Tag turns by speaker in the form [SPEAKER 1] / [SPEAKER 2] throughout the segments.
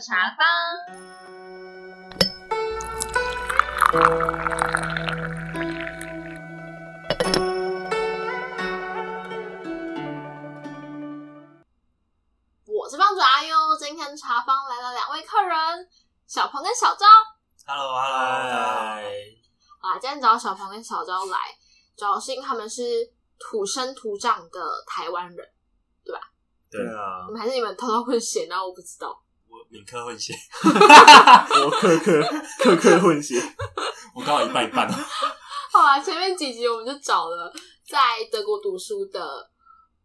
[SPEAKER 1] 茶坊。我是帮主阿优，今天茶坊来了两位客人，小鹏跟小昭。
[SPEAKER 2] Hello，
[SPEAKER 3] 嗨
[SPEAKER 1] 啊，今天找小鹏跟小昭来，主要是因为他们是土生土长的台湾人。
[SPEAKER 2] 对啊
[SPEAKER 1] 你，们还是你们偷偷混血，然后我不知道。
[SPEAKER 2] 我敏科混血，
[SPEAKER 3] 我克克克克混血，
[SPEAKER 2] 我刚好一半一半。
[SPEAKER 1] 好啊，前面几集我们就找了在德国读书的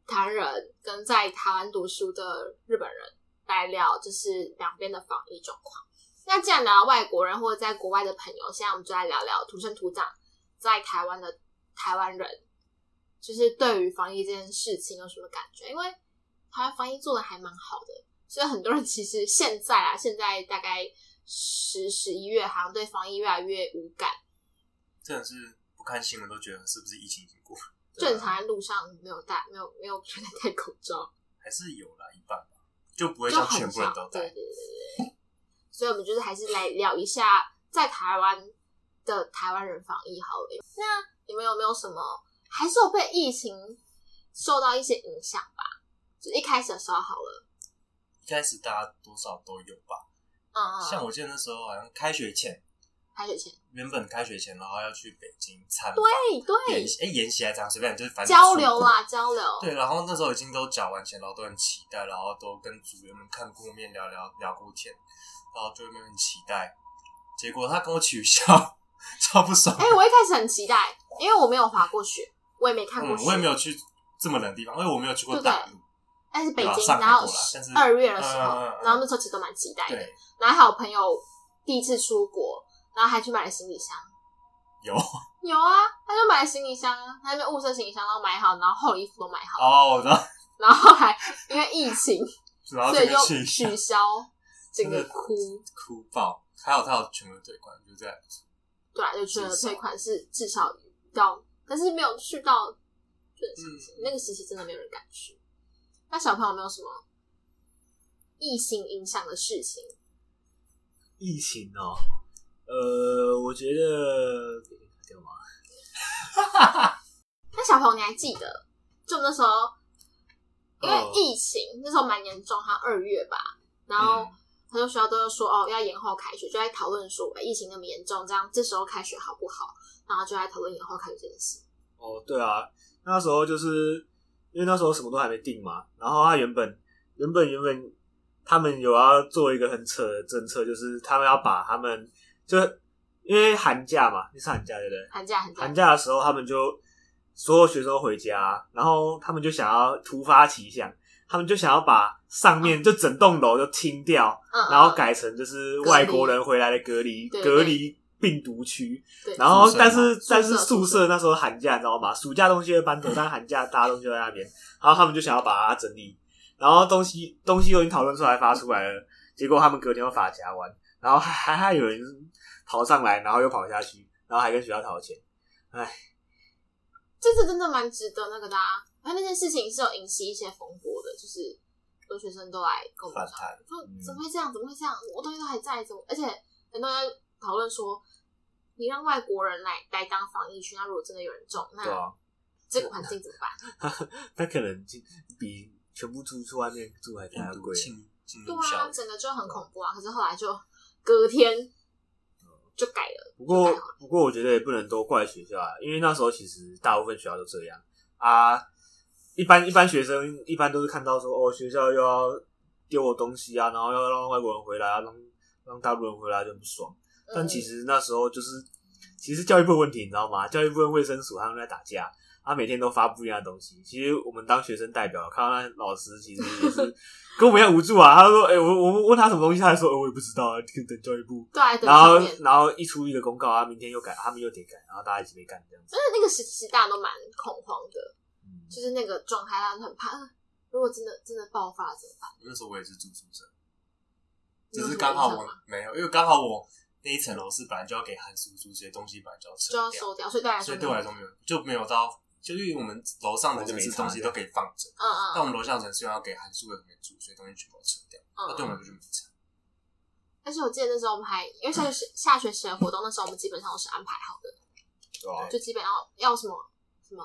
[SPEAKER 1] 台湾人跟在台湾读书的日本人来聊，就是两边的防疫状况。那既然聊到外国人或者在国外的朋友，现在我们就来聊聊土生土长在台湾的台湾人，就是对于防疫这件事情有什么感觉？因为台湾防疫做的还蛮好的，所以很多人其实现在啊，现在大概十十一月，好像对防疫越来越无感。
[SPEAKER 2] 真的是不看新闻都觉得是不是疫情已经过了？
[SPEAKER 3] 啊
[SPEAKER 2] 啊
[SPEAKER 1] 正常在路上没有戴，没有没有人戴口罩，
[SPEAKER 2] 还是有啦，一半吧，就 不会
[SPEAKER 1] 就
[SPEAKER 2] 像
[SPEAKER 1] 很
[SPEAKER 2] 全部人
[SPEAKER 1] 少。
[SPEAKER 2] 都
[SPEAKER 1] 对对对
[SPEAKER 2] 戴。
[SPEAKER 1] 对对。所以我们就是还是来聊一下在台湾的台湾人防疫好了。那你们有没有什么还是有被疫情受到一些影响吧？就一开始的时候好了，
[SPEAKER 2] 一开始大家多少都有吧，
[SPEAKER 1] 嗯嗯，
[SPEAKER 2] 像我记得那时候好像开学前，
[SPEAKER 1] 开学前，
[SPEAKER 2] 原本开学前然后要去北京参访
[SPEAKER 1] 对
[SPEAKER 2] 研
[SPEAKER 1] 对，
[SPEAKER 2] 哎研习还这样随便就是反正
[SPEAKER 1] 交
[SPEAKER 2] 出
[SPEAKER 1] 流啦交流，
[SPEAKER 2] 对，然后那时候已经都缴完钱，然后都很期待，然后都跟组员们看过面，聊聊聊过天，然后就没有很期待。结果他跟我取消，超不爽。
[SPEAKER 1] 哎、我一开始很期待，因为我没有滑过雪，我也没看过
[SPEAKER 2] 嗯，
[SPEAKER 1] 雪，
[SPEAKER 2] 我也没有去这么冷的地方，因为我没有去过
[SPEAKER 1] 对不对
[SPEAKER 2] 大陆。
[SPEAKER 1] 但是北
[SPEAKER 2] 对啊
[SPEAKER 1] 京，
[SPEAKER 2] 上海
[SPEAKER 1] 然后
[SPEAKER 2] 过啦但是
[SPEAKER 1] 二月的时候，
[SPEAKER 2] 嗯嗯嗯
[SPEAKER 1] 然后那时候其实都蛮期待的。
[SPEAKER 2] 对，
[SPEAKER 1] 然后还有朋友第一次出国，然后还去买了行李箱。
[SPEAKER 2] 有
[SPEAKER 1] 有啊，他就买了行李箱啊，他就物色行李箱，然后买好，然后厚的衣服都买好，
[SPEAKER 2] 哦，然后
[SPEAKER 1] 然后还因为疫情，
[SPEAKER 2] 然后
[SPEAKER 1] 所以
[SPEAKER 2] 这
[SPEAKER 1] 就
[SPEAKER 2] 个取消
[SPEAKER 1] 取 消，整个哭，
[SPEAKER 2] 哭爆，还好他有全额退款，就这样。
[SPEAKER 1] 对啊，就觉得
[SPEAKER 2] 至少
[SPEAKER 1] 退款是至少要，但是没有去到，就很伤心
[SPEAKER 2] 嗯
[SPEAKER 1] 那个时期真的没有人敢去。那小朋友有没有什么疫情影响的事情？
[SPEAKER 3] 疫情哦，呃，我觉得干嘛？
[SPEAKER 1] 那小朋友你还记得，就那时候因为
[SPEAKER 3] 嗯
[SPEAKER 2] 哦
[SPEAKER 1] 疫情、那时候蛮严重，好像二月吧，然
[SPEAKER 3] 哦
[SPEAKER 1] 后
[SPEAKER 2] 嗯
[SPEAKER 1] 很多学校都有说哦要延后开学，就在讨论说、哎疫情那么严重，这样这时候开学好不好？然后就在讨论延后开学这件事。
[SPEAKER 3] 哦，对啊，那时候就是因为那时候什么都还没定嘛，然后他原本原本原本他们有要做一个很扯的政策，就是他们要把他们就因为寒假嘛，你是寒假对不对？
[SPEAKER 1] 寒假寒假，
[SPEAKER 3] 寒假的时候，他们就所有学生回家，然后他们就想要突发奇想，他们就想要把上面就整栋楼就清掉，
[SPEAKER 1] 嗯，嗯
[SPEAKER 3] 然后改成就是外国人回来的隔离
[SPEAKER 1] 啊对
[SPEAKER 3] 隔离病毒区。
[SPEAKER 1] 对，
[SPEAKER 3] 然后
[SPEAKER 2] 宿，舍
[SPEAKER 3] 但是
[SPEAKER 1] 宿舍
[SPEAKER 3] 但是
[SPEAKER 1] 宿
[SPEAKER 3] 宿
[SPEAKER 1] 舍
[SPEAKER 3] 舍那时候寒假，你知道吗？暑假东西会搬走，但寒假大家东西都在那边，然后他们就想要把它整理，然后东西东西都已经讨论出来发出来了，结果他们隔天又发夹完，然后还还还有人跑上来，然后又跑下去，然后还跟学校讨钱。
[SPEAKER 1] 这次真的蛮值得那个的、啊。然后那件事情是有引起一些风波的，就是很多学生都来跟我们
[SPEAKER 2] 反
[SPEAKER 1] 讲，
[SPEAKER 2] 弹，
[SPEAKER 1] 说
[SPEAKER 3] 嗯
[SPEAKER 1] 怎么会这样？怎么会这样？我东西都还在，怎么？而且很多人在讨论说，你让外国人来来当防疫区，那如果真的有人中，
[SPEAKER 3] 对
[SPEAKER 1] 那
[SPEAKER 3] 啊，
[SPEAKER 1] 这个环境怎么办？
[SPEAKER 3] 他可能就比全部住出外面住还还
[SPEAKER 2] 病
[SPEAKER 3] 要
[SPEAKER 2] 毒
[SPEAKER 3] 贵。
[SPEAKER 2] 进进
[SPEAKER 1] 对
[SPEAKER 2] 入校
[SPEAKER 1] 啊，
[SPEAKER 2] 园，
[SPEAKER 1] 整个就很恐怖啊。可是后来就隔天
[SPEAKER 2] 嗯
[SPEAKER 1] 就改了，
[SPEAKER 3] 不过不过我觉得也不能都怪学校啊，因为那时候其实大部分学校都这样啊。一般一般学生一般都是看到说哦，学校又要丢我东西啊，然后要让外国人回来啊，让让大陆人回来就很不爽。但其
[SPEAKER 1] 嗯
[SPEAKER 3] 实那时候就是，其实教育部的问题你知道吗？教育部跟卫生署他们在打架，他每天都发不一样的东西。其实我们当学生代表，看到那老师其实也是跟我们一样无助啊。他就说：“哎、我我问他什么东西，他还说、呃我也不知道啊，就等教育部。”
[SPEAKER 1] 对啊，对
[SPEAKER 3] 然后
[SPEAKER 1] 上面，
[SPEAKER 3] 然后一出一个公告啊，明天又改，他们又得改，然后大家一起被干这样子
[SPEAKER 1] 真。的那个时期大家都蛮恐慌的，
[SPEAKER 3] 嗯
[SPEAKER 1] 就是那个状态，大家都很怕。呃如果真的真的爆发了怎么办？
[SPEAKER 2] 那时候我也是住宿舍，
[SPEAKER 1] 你
[SPEAKER 2] 只
[SPEAKER 1] 有
[SPEAKER 2] 是
[SPEAKER 1] 什么
[SPEAKER 2] 刚好
[SPEAKER 1] 印象
[SPEAKER 2] 我
[SPEAKER 1] 吗
[SPEAKER 2] 没有，因为刚好我那一层楼是本来就要给韩叔叔这些东西，本来就要撤
[SPEAKER 1] 就要
[SPEAKER 2] 掉
[SPEAKER 1] 收掉，所以对来说
[SPEAKER 2] 所以
[SPEAKER 1] 没
[SPEAKER 2] 对
[SPEAKER 1] 有
[SPEAKER 2] 我来说没有，就没有到，就因为我们楼上的城市东西都可以放着，
[SPEAKER 1] 嗯嗯
[SPEAKER 2] 但我们楼下的城市要给韩叔的同学住，所以东西全部都撤掉，
[SPEAKER 1] 嗯
[SPEAKER 2] 那对我们来说就没差。
[SPEAKER 1] 而且我记得那时候我们还因为下学下学期的活动，那时候我们基本上都是安排好的，
[SPEAKER 2] 对啊，
[SPEAKER 1] 就基本要要什么什么，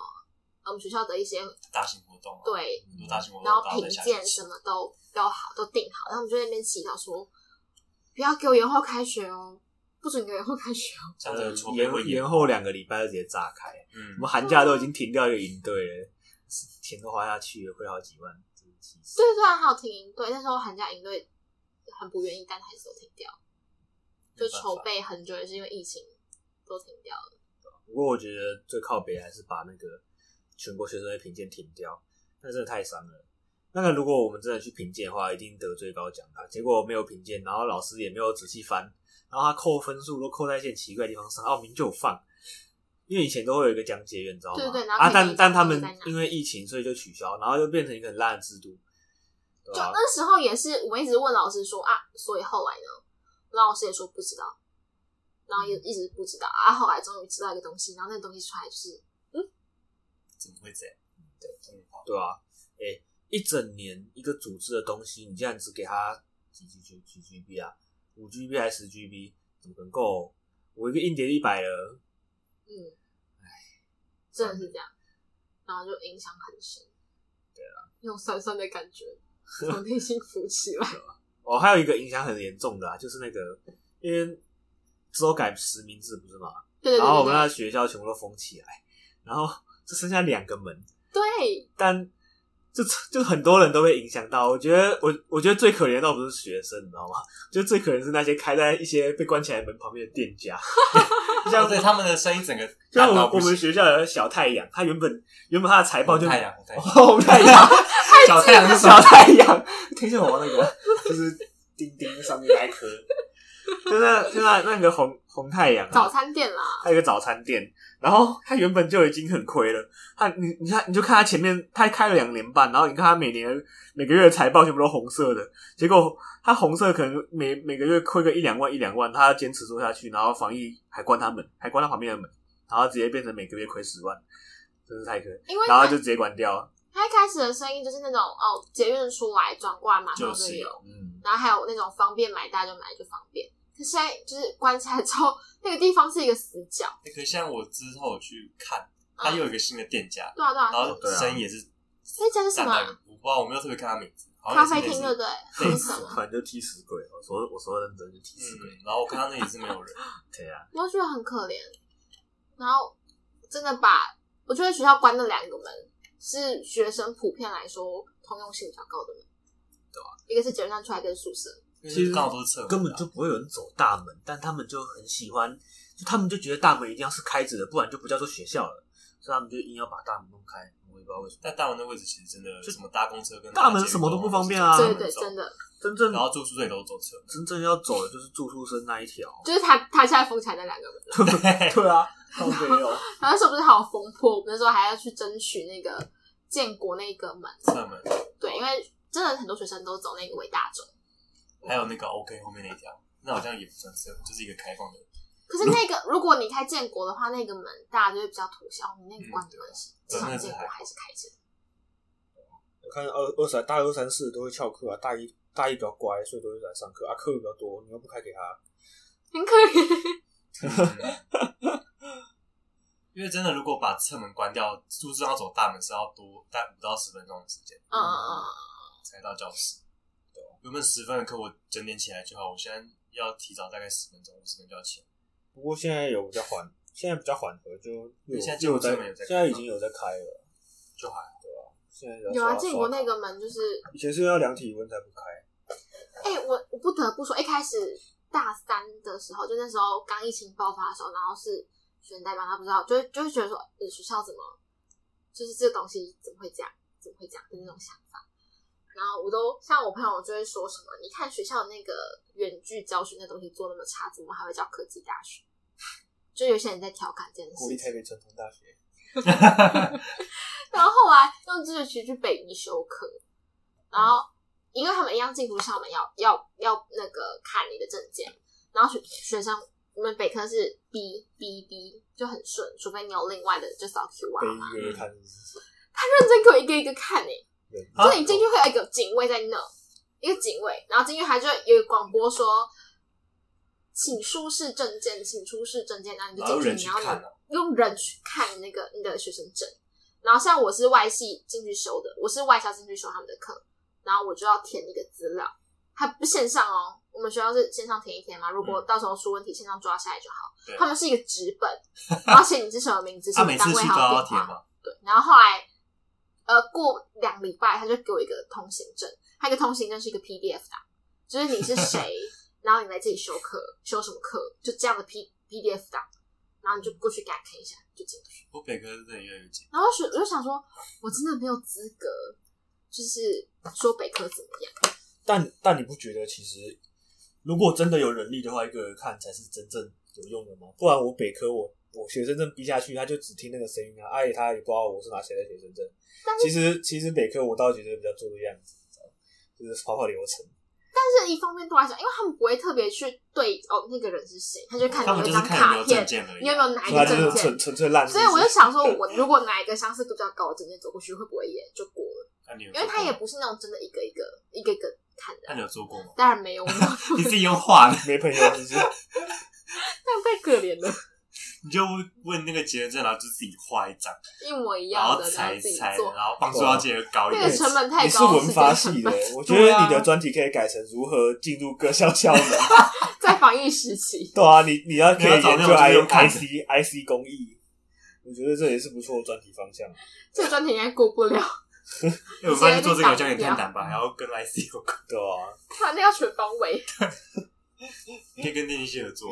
[SPEAKER 1] 呃我们学校的一些
[SPEAKER 2] 大型活动啊，
[SPEAKER 1] 对，
[SPEAKER 2] 很多大型活动，
[SPEAKER 1] 然后
[SPEAKER 2] 大家
[SPEAKER 1] 评
[SPEAKER 2] 在下
[SPEAKER 1] 鉴
[SPEAKER 2] 学期
[SPEAKER 1] 什么都都好都定好，然后我们就在那边祈祷说，不要给我延后开学哦，不准给我延后开学哦。
[SPEAKER 2] 这样子的错别
[SPEAKER 3] 呃延
[SPEAKER 2] 会
[SPEAKER 3] 延，后两个礼拜就直接炸开，
[SPEAKER 2] 嗯
[SPEAKER 3] 我，们寒假都已经停掉一个营队了，钱都花下去了，亏好几万，真是气死。
[SPEAKER 1] 对，虽然还有停营队，那时候寒假营队很不愿意，但还是有停掉，就
[SPEAKER 2] 没办法
[SPEAKER 1] 筹备很久也是因为疫情都停掉了。
[SPEAKER 3] 不过我觉得最靠北还是把那个全国学生会评鉴停掉，那真的太伤了。那个如果我们真的去评鉴的话，一定得最高奖的。结果没有评鉴，然后老师也没有仔细翻，然后他扣分数都扣在一些奇怪的地方上，哦，明就有放。因为以前都会有一个讲解员，你知道吗？
[SPEAKER 1] 对对然后
[SPEAKER 3] 啊，
[SPEAKER 1] 可以
[SPEAKER 3] 但
[SPEAKER 1] 理解
[SPEAKER 3] 但他
[SPEAKER 1] 你
[SPEAKER 3] 们
[SPEAKER 1] 在哪
[SPEAKER 3] 因为疫情，所以就取消，然后就变成一个很烂的制度，对
[SPEAKER 1] 就
[SPEAKER 2] 啊
[SPEAKER 3] 吧、
[SPEAKER 1] 那时候也是，我们一直问老师说啊，所以后来呢，然后老师也说不知道，然后也
[SPEAKER 2] 嗯
[SPEAKER 1] 一直不知道啊，后来终于知道一个东西，然后那个东西出来就是
[SPEAKER 2] 怎么会这样？对，嗯好
[SPEAKER 3] 对啊，哎、一整年一个组织的东西，你竟然只给他几 G 几几 GB 啊？五 GB 还是十 GB？怎么能够？我一个硬碟一百了，
[SPEAKER 1] 嗯，真的是这样，然后就影响很深。对啊，那种酸酸的感 觉从内心浮起来。
[SPEAKER 3] 哦，还有一个影响很严重的啊，就是那个，因为之后改实名制不是吗？
[SPEAKER 1] 对对对
[SPEAKER 3] 然后我
[SPEAKER 1] 对
[SPEAKER 3] 们
[SPEAKER 1] 对
[SPEAKER 3] 那学校全部都封起来，然后只剩下两个门，
[SPEAKER 1] 对，
[SPEAKER 3] 但就就很多人都被影响到。我觉得我我觉得最可怜的倒不是学生，你知道吗？就最可怜是那些开在一些被关起来门旁边的店 家，
[SPEAKER 2] 这样哦对他们的声音整个
[SPEAKER 3] 像
[SPEAKER 2] 大
[SPEAKER 3] 我
[SPEAKER 2] 到
[SPEAKER 3] 们
[SPEAKER 2] 不
[SPEAKER 3] 我们
[SPEAKER 2] 行。
[SPEAKER 3] 学校有个小太阳，它原本原本它的财报就
[SPEAKER 2] 红太阳，红 太阳，
[SPEAKER 3] 红太阳，
[SPEAKER 2] 小太阳是什
[SPEAKER 3] 小
[SPEAKER 2] 么？
[SPEAKER 3] 太阳，听见我那个就是钉钉上面那一颗， 就那就那那个红红太阳、
[SPEAKER 1] 早
[SPEAKER 3] 啊，
[SPEAKER 1] 餐店啦，
[SPEAKER 3] 它有一个早餐店，然后它原本就已经很亏了，它你你看你就看它前面它开了两年半，然后你看它每年每个月的财报全部都红色的，结果它红色可能每每个月亏个一两万一两万，它要坚持做下去，然后防疫还关他们，还关他旁边的门，然后直接变成每个月亏十万，真是太可怜。
[SPEAKER 1] 因为
[SPEAKER 3] 然后
[SPEAKER 1] 他
[SPEAKER 3] 就直接关掉。
[SPEAKER 1] 他一开始的声音就是那种哦，捷运出来转过来马上
[SPEAKER 2] 就是
[SPEAKER 1] 有，
[SPEAKER 3] 嗯，
[SPEAKER 1] 然后还有那种方便买大家就买就方便。可是现在就是关起来之后，那个地方是一个死角。
[SPEAKER 2] 可是像我之后去看，
[SPEAKER 1] 啊
[SPEAKER 2] 他又有一个新的店家，
[SPEAKER 1] 对啊对
[SPEAKER 2] 然
[SPEAKER 1] 啊，
[SPEAKER 3] 哦
[SPEAKER 2] 后声音也是
[SPEAKER 1] 那家是什
[SPEAKER 2] 站
[SPEAKER 1] 么
[SPEAKER 2] 在
[SPEAKER 1] 啊？
[SPEAKER 2] 我不知道，我没有特别看他名字，好
[SPEAKER 1] 咖
[SPEAKER 2] 像
[SPEAKER 1] 啡
[SPEAKER 2] 也是类
[SPEAKER 1] 厅
[SPEAKER 2] 似
[SPEAKER 1] 对不对？还是什么？
[SPEAKER 3] 反正就踢死鬼。我说我说认真就踢死鬼。
[SPEAKER 2] 嗯，然后我看到那里是没有人，
[SPEAKER 3] 对啊，
[SPEAKER 1] 我觉得很可怜。然后真的把，我觉得学校关的两个门是学生普遍来说通用性比较高的门，对啊，一个是捷运站出来，一个是宿舍，
[SPEAKER 3] 其实
[SPEAKER 2] 刚好都是侧门啊
[SPEAKER 3] 根本就不会有人走大门，但他们就很喜欢，就他们就觉得大门一定要是开着的，不然就不叫做学校了，所以他们就硬要把大门弄开。我也不知道为什么。
[SPEAKER 2] 但大门的位置其实真的什么搭公车跟
[SPEAKER 3] 大门什么都不方便啊
[SPEAKER 1] 对
[SPEAKER 2] 对
[SPEAKER 1] 对对，真的
[SPEAKER 3] 真正
[SPEAKER 2] 然后住宿舍也都走侧门，
[SPEAKER 3] 真正要走的就是住宿生那一条。
[SPEAKER 1] 就是他他现在封起来的两个门，
[SPEAKER 3] 对啊，都没
[SPEAKER 1] 然
[SPEAKER 3] 有。
[SPEAKER 1] 后那时候不是还有风波，我们那时候还要去争取那个建国那个门，
[SPEAKER 2] 侧门
[SPEAKER 1] 对，因为真的很多学生都走那个伟大中，
[SPEAKER 2] 还有那个 OK 后面那一条，那好像也不算侧门，就是一个开放 的。
[SPEAKER 1] 可是那个如果你开建国的话，那个门大家就会比较吐槽你那个关的关系，至
[SPEAKER 2] 对
[SPEAKER 1] 少
[SPEAKER 2] 那是
[SPEAKER 1] 建国
[SPEAKER 2] 还
[SPEAKER 1] 还是开着。
[SPEAKER 3] 我看二二三大二三四都会翘课啊，大一大一比较乖，所以都会来上课啊，课比较多，你又不开给他，
[SPEAKER 1] 很可怜，
[SPEAKER 2] 因为真的，如果把侧门关掉，宿舍要走大门是要多大概五到十分钟的时间
[SPEAKER 1] 嗯嗯嗯，
[SPEAKER 2] 才到教室。对，原本十分的课我整点起来就好，我现在要提早大概十分钟、五十分就要起来。
[SPEAKER 4] 不过现在有比较缓，现在比较缓和，就有
[SPEAKER 2] 现在
[SPEAKER 4] 又有
[SPEAKER 2] 建
[SPEAKER 4] 在
[SPEAKER 2] 国这边有在，
[SPEAKER 4] 现在已经有在开了，
[SPEAKER 2] 就还
[SPEAKER 4] 对吧、现在
[SPEAKER 1] 有啊，
[SPEAKER 4] 建
[SPEAKER 1] 建国那，个门就是，
[SPEAKER 4] 以前是要量体温才不开，
[SPEAKER 1] 哎、我我不得不说，一开始大三的时候，就那时候刚疫情爆发的时候，然后是学生代表，他不知道，就会就会觉得说，呃，学校怎么，就是这个东西怎么会这样，怎么会这样的那种想法。然后我都像我朋友就会说什么，你看学校那个远距教学那东西做那么差，怎么还会叫科技大学？ 就有些人在调侃这件
[SPEAKER 4] 国立
[SPEAKER 1] 事
[SPEAKER 4] 台
[SPEAKER 1] 情。
[SPEAKER 4] 北传统大学，
[SPEAKER 1] 然后后来用自学去北医修课，然后因为他们一样进入校门要要要那个看你的证件，然后学学生我们北科是 B B B 就很顺，除非你有另外的就扫 Q
[SPEAKER 4] 被
[SPEAKER 1] R 嘛。
[SPEAKER 4] 一个月看是不是
[SPEAKER 1] 他认真给我一个一个看欸诶、
[SPEAKER 4] 人
[SPEAKER 2] 啊
[SPEAKER 1] 就你进去会有一个警卫在那，一个警卫，然后进去他就有一个广播说。请出示证件，请出示证件，然后你就
[SPEAKER 2] 然后
[SPEAKER 1] 进去，
[SPEAKER 2] 人
[SPEAKER 1] 你
[SPEAKER 2] 去
[SPEAKER 1] 要
[SPEAKER 2] 看
[SPEAKER 1] 拿
[SPEAKER 2] 啊，
[SPEAKER 1] 用人去看那个你的学生证。然后像我是外系进去修的，我是外校进去修他们的课，然后我就要填一个资料，还不线上哦。我们学校是线上填一填嘛，如果到时候出问题，线上抓下来就好
[SPEAKER 2] 嗯对。
[SPEAKER 1] 他们是一个纸 本，然后写你是什么名字、什
[SPEAKER 2] 他
[SPEAKER 1] 么
[SPEAKER 2] 每次
[SPEAKER 1] 单位
[SPEAKER 2] 去
[SPEAKER 1] 还
[SPEAKER 2] 都
[SPEAKER 1] 有
[SPEAKER 2] 要
[SPEAKER 1] 电
[SPEAKER 2] 填
[SPEAKER 1] 话。
[SPEAKER 2] 嘛，
[SPEAKER 1] 对，然后后来呃过两个礼拜，他就给我一个通行证，他一个通行证是一个 PDF 档，就是你是 谁，然后你来这里修课，修什么课，就这样的 P PDF 档，然后你就过去给他看一下，就进去。
[SPEAKER 2] 我北科真的越来越紧，
[SPEAKER 1] 然后学我就想说，我真的没有资格，就是说北科怎么样。
[SPEAKER 3] 但但你不觉得其实如果真的有人力的话，一个人看才是真正有用的吗？不然我北科我我学生证逼下去，他就只听那个声音啊，而且他也不知道我是拿谁的学生证。其实其实北科我倒觉得比较做这样子，你知道吗就是跑跑流程。
[SPEAKER 1] 但是一方面对我来讲，因为他们不会特别去对哦那个人是谁，他就看
[SPEAKER 2] 他
[SPEAKER 1] 你
[SPEAKER 2] 们
[SPEAKER 1] 有一
[SPEAKER 2] 就是
[SPEAKER 1] 张
[SPEAKER 2] 看有没
[SPEAKER 1] 卡
[SPEAKER 2] 有证
[SPEAKER 1] 片，
[SPEAKER 2] 件而已
[SPEAKER 1] 哎你有没
[SPEAKER 2] 啊。
[SPEAKER 1] 有拿一
[SPEAKER 3] 所以
[SPEAKER 1] 个
[SPEAKER 3] 他就
[SPEAKER 1] 证
[SPEAKER 3] 是
[SPEAKER 1] 件
[SPEAKER 3] 纯。纯粹烂。
[SPEAKER 1] 所以我就想说，我如果拿一个相似度比较高的证件走过去，会不会也就过了？
[SPEAKER 2] 那你有
[SPEAKER 1] 因
[SPEAKER 2] 做
[SPEAKER 1] 为
[SPEAKER 2] 过吗
[SPEAKER 1] 他也不是那种真的一个一个一个一个看的
[SPEAKER 2] 那
[SPEAKER 1] 啊，
[SPEAKER 2] 你有做 过吗？
[SPEAKER 1] 当然没有，我没有
[SPEAKER 2] 你自己用画的，
[SPEAKER 3] 没朋友，就是
[SPEAKER 1] 但太可怜了，
[SPEAKER 2] 你就问那个结人证，然后就自己画一张，
[SPEAKER 1] 一模一
[SPEAKER 2] 然
[SPEAKER 1] 样
[SPEAKER 2] 后
[SPEAKER 1] 的，然
[SPEAKER 2] 裁
[SPEAKER 1] 后自己
[SPEAKER 2] 裁，
[SPEAKER 1] 做，
[SPEAKER 2] 然后帮助他结得高一
[SPEAKER 1] 那个
[SPEAKER 2] 点。
[SPEAKER 1] 成本太
[SPEAKER 3] 你是
[SPEAKER 1] 高，
[SPEAKER 3] 文发系
[SPEAKER 1] 时间
[SPEAKER 3] 的
[SPEAKER 1] 成本，
[SPEAKER 3] 我觉得你
[SPEAKER 2] 对
[SPEAKER 3] 的
[SPEAKER 2] 啊
[SPEAKER 3] 专题可以改成如何进入各校校门。
[SPEAKER 1] 在防疫时期，
[SPEAKER 3] 对啊，你你要可以
[SPEAKER 2] 你要
[SPEAKER 3] 研
[SPEAKER 2] 找那
[SPEAKER 3] 究
[SPEAKER 2] 种
[SPEAKER 3] I
[SPEAKER 2] 就是
[SPEAKER 3] I
[SPEAKER 2] 看着
[SPEAKER 3] C I C 工艺，我觉得这也是不错的专题方向。
[SPEAKER 1] 这个专题应该过 不了，
[SPEAKER 2] 因为我发现做这个好像有点太难吧，然后跟 IC 有关，
[SPEAKER 3] 对啊，
[SPEAKER 1] 他那要全方位。
[SPEAKER 2] 你可以跟电竞系合
[SPEAKER 1] 嗯
[SPEAKER 2] 作。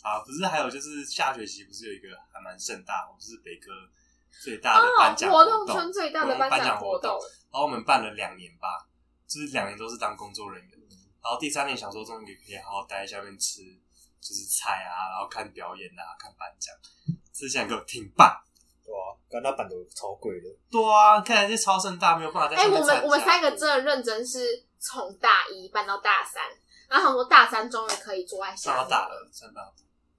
[SPEAKER 2] 啊，不是，还有就是下学期不是有一个还蛮盛大的，就是北科最大的
[SPEAKER 1] 啊
[SPEAKER 2] 颁奖
[SPEAKER 1] 活
[SPEAKER 2] 动，
[SPEAKER 1] 动圈最大的
[SPEAKER 2] 我们
[SPEAKER 1] 颁
[SPEAKER 2] 颁
[SPEAKER 1] 奖
[SPEAKER 2] 奖
[SPEAKER 1] 活
[SPEAKER 2] 活
[SPEAKER 1] 动
[SPEAKER 2] 动，然后我们办了两年吧，就是两年都是当工作人员，
[SPEAKER 3] 嗯
[SPEAKER 2] 然后第三年想说终于可以好好待在下面吃，就是菜啊，然后看表演啊，看颁奖，这项给我挺棒。
[SPEAKER 3] 对啊，刚那版都超贵的，
[SPEAKER 2] 对啊，看来是超盛大，没有办法再
[SPEAKER 1] 哎、
[SPEAKER 2] 上面
[SPEAKER 1] 我
[SPEAKER 2] 参
[SPEAKER 1] 们
[SPEAKER 2] 加嗯
[SPEAKER 1] 我们三个真的认真是从大一办到大三，然后想说大三终于可以坐在
[SPEAKER 2] 上
[SPEAKER 1] 下
[SPEAKER 2] 到
[SPEAKER 1] 面
[SPEAKER 2] 大了，上到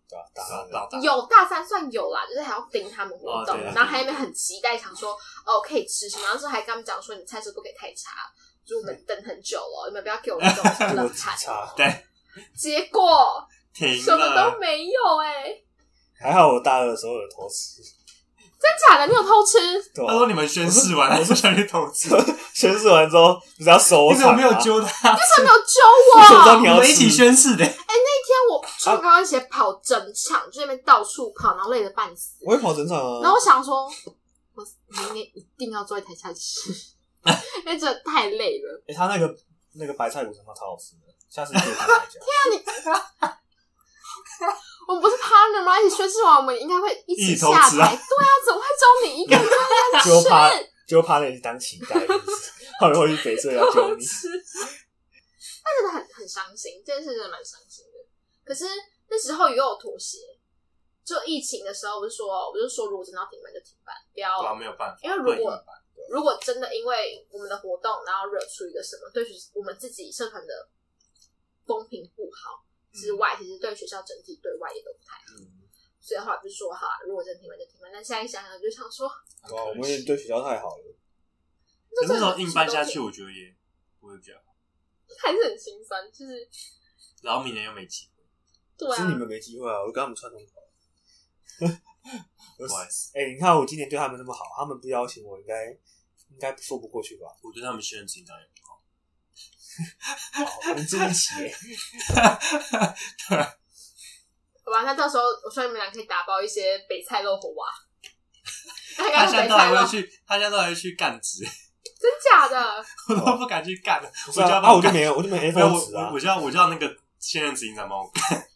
[SPEAKER 3] 对啊，打
[SPEAKER 2] 大
[SPEAKER 3] 到
[SPEAKER 2] 了，到大了
[SPEAKER 1] 有大三算有啦，就是还要盯他们活
[SPEAKER 2] 哦
[SPEAKER 1] 动，
[SPEAKER 2] 对对
[SPEAKER 1] 然后还那边很期待，想说哦可以吃什么，然后之后还跟他们讲说你菜色不可以太差，就我们等很久了，你们不要给我那种
[SPEAKER 3] 这
[SPEAKER 1] 这
[SPEAKER 3] 么
[SPEAKER 1] 种
[SPEAKER 3] 极
[SPEAKER 1] 菜。
[SPEAKER 3] 差。
[SPEAKER 2] 对，
[SPEAKER 1] 结果
[SPEAKER 2] 停
[SPEAKER 1] 什么都
[SPEAKER 2] 了。
[SPEAKER 1] 没有哎、
[SPEAKER 3] 还好我大二的时候有偷吃，
[SPEAKER 1] 真假的？你有偷吃？
[SPEAKER 3] 对
[SPEAKER 2] 他说
[SPEAKER 3] 啊，
[SPEAKER 2] 你们宣誓完，还是想去投资？
[SPEAKER 3] 宣誓完之后不是要收
[SPEAKER 2] 你怎么
[SPEAKER 3] 场
[SPEAKER 2] 没有
[SPEAKER 3] 吗？
[SPEAKER 2] 揪他？
[SPEAKER 1] 他没有揪
[SPEAKER 3] 我知
[SPEAKER 1] 我。
[SPEAKER 3] 道
[SPEAKER 1] 那
[SPEAKER 3] 你
[SPEAKER 2] 你
[SPEAKER 3] 要
[SPEAKER 2] 们一
[SPEAKER 3] 吃
[SPEAKER 2] 起宣誓的，
[SPEAKER 1] 哦天我穿高跟鞋跑整场，就在那边到处跑，然后累得半死。
[SPEAKER 3] 我会跑整场
[SPEAKER 1] 然
[SPEAKER 3] 啊
[SPEAKER 1] 后我，想说，我明年一定要坐在台下吃， 因为真的太累了。
[SPEAKER 3] 哎，他那个那个白菜卤什么超好吃的，下次可以去 买一下。
[SPEAKER 1] 我们不是 partner 吗？一起宣誓完，我们应该会一起
[SPEAKER 2] 一起
[SPEAKER 1] 下
[SPEAKER 2] 偷
[SPEAKER 1] 台。
[SPEAKER 2] 吃啊
[SPEAKER 1] 对啊，怎么会只有你一个人在
[SPEAKER 3] 就怕
[SPEAKER 1] 那边
[SPEAKER 3] 就怕那你当乞丐， 就是后来会去翡翠要救 你
[SPEAKER 1] 吃？。吃，他真的很很伤心，这件事真的蛮伤心的。可是那时候也有妥协，就疫情的时候，我就说，我就说，如果真的要停办就停办，不要
[SPEAKER 2] 对啊，没有办法，
[SPEAKER 1] 因为如
[SPEAKER 2] 不能
[SPEAKER 1] 果
[SPEAKER 2] 硬办
[SPEAKER 1] 如果真的因为我们的活动，然后惹出一个什么对学我们自己社团的风评不好之外，
[SPEAKER 2] 嗯
[SPEAKER 1] 其实对学校整体对外也都不太好。
[SPEAKER 3] 嗯
[SPEAKER 1] 所以后来就说好啊，如果真的停办就停办。但现在想想，就想说，
[SPEAKER 2] 很
[SPEAKER 3] 哇，我
[SPEAKER 2] 可
[SPEAKER 3] 们也
[SPEAKER 2] 惜
[SPEAKER 3] 对学校太好了，
[SPEAKER 1] 这
[SPEAKER 2] 可
[SPEAKER 1] 真
[SPEAKER 2] 是那
[SPEAKER 1] 的
[SPEAKER 2] 时候
[SPEAKER 1] 是
[SPEAKER 2] 硬搬
[SPEAKER 1] 都
[SPEAKER 2] 下
[SPEAKER 1] 挺
[SPEAKER 2] 去，我觉得也不会比较好。
[SPEAKER 1] 还是很心酸，就是
[SPEAKER 2] 然后明年又没机会，
[SPEAKER 1] 对
[SPEAKER 3] 是
[SPEAKER 1] 啊
[SPEAKER 3] 你，们没机会啊！我跟他们串通好。我
[SPEAKER 2] 不好意思，
[SPEAKER 3] 哎、你看我今年对他们那么好，他们不邀请我，应该应该说不过去吧？
[SPEAKER 2] 我对他们信任情感也不好。
[SPEAKER 3] 我们这一起 耶，
[SPEAKER 1] 好吧，那到时候我说你们俩可以打包一些北菜肉 火蛙，大
[SPEAKER 2] 他
[SPEAKER 1] 概
[SPEAKER 2] 现
[SPEAKER 1] 是北
[SPEAKER 2] 在都
[SPEAKER 1] 菜
[SPEAKER 2] 还
[SPEAKER 1] 肉
[SPEAKER 2] 会，去，他现在都还会去干职，
[SPEAKER 1] 真假的？
[SPEAKER 2] 我
[SPEAKER 3] 哦
[SPEAKER 2] 都不敢去干了。
[SPEAKER 3] 不
[SPEAKER 2] 我
[SPEAKER 3] 是
[SPEAKER 2] 就要
[SPEAKER 3] 啊，
[SPEAKER 2] 把
[SPEAKER 3] 啊我就
[SPEAKER 2] 干
[SPEAKER 3] 没有，我就没
[SPEAKER 2] 没有
[SPEAKER 3] F
[SPEAKER 2] 我
[SPEAKER 3] 值啊
[SPEAKER 2] 我我！叫我叫那个现任执行长帮我干，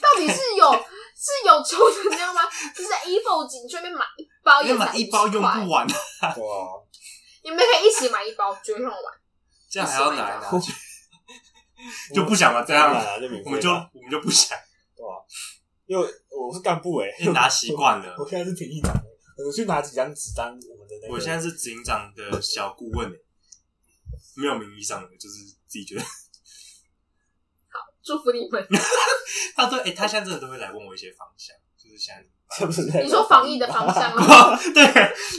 [SPEAKER 1] 到底是有是有求成这样吗？就是在 e v o 景区那边买一包
[SPEAKER 2] 因
[SPEAKER 1] 也
[SPEAKER 2] 为买
[SPEAKER 1] 才
[SPEAKER 2] 一包
[SPEAKER 1] 50
[SPEAKER 2] 用
[SPEAKER 1] 块
[SPEAKER 2] 不完，
[SPEAKER 3] 对啊，
[SPEAKER 1] 你们可以一起买一包，绝对用完。
[SPEAKER 2] 这样还要拿来拿去，
[SPEAKER 3] 我
[SPEAKER 2] 就不想了。这
[SPEAKER 3] 当
[SPEAKER 2] 样
[SPEAKER 3] 然啊就免费
[SPEAKER 2] 我们就我们就不想，
[SPEAKER 3] 对啊，因为我是干部哎、
[SPEAKER 2] 因为拿习惯 了
[SPEAKER 3] 我。现在是评议长欸，我去拿几张纸当我们的那个。
[SPEAKER 2] 我现在是执行长的小顾问，欸没有名义上的，就是自己觉得。
[SPEAKER 1] 祝福你们。
[SPEAKER 2] 他对，哎、他现在真的都会来问我一些方向，就是现在。
[SPEAKER 3] 这不是在
[SPEAKER 1] 你说防疫的方向吗？
[SPEAKER 2] 哦，对，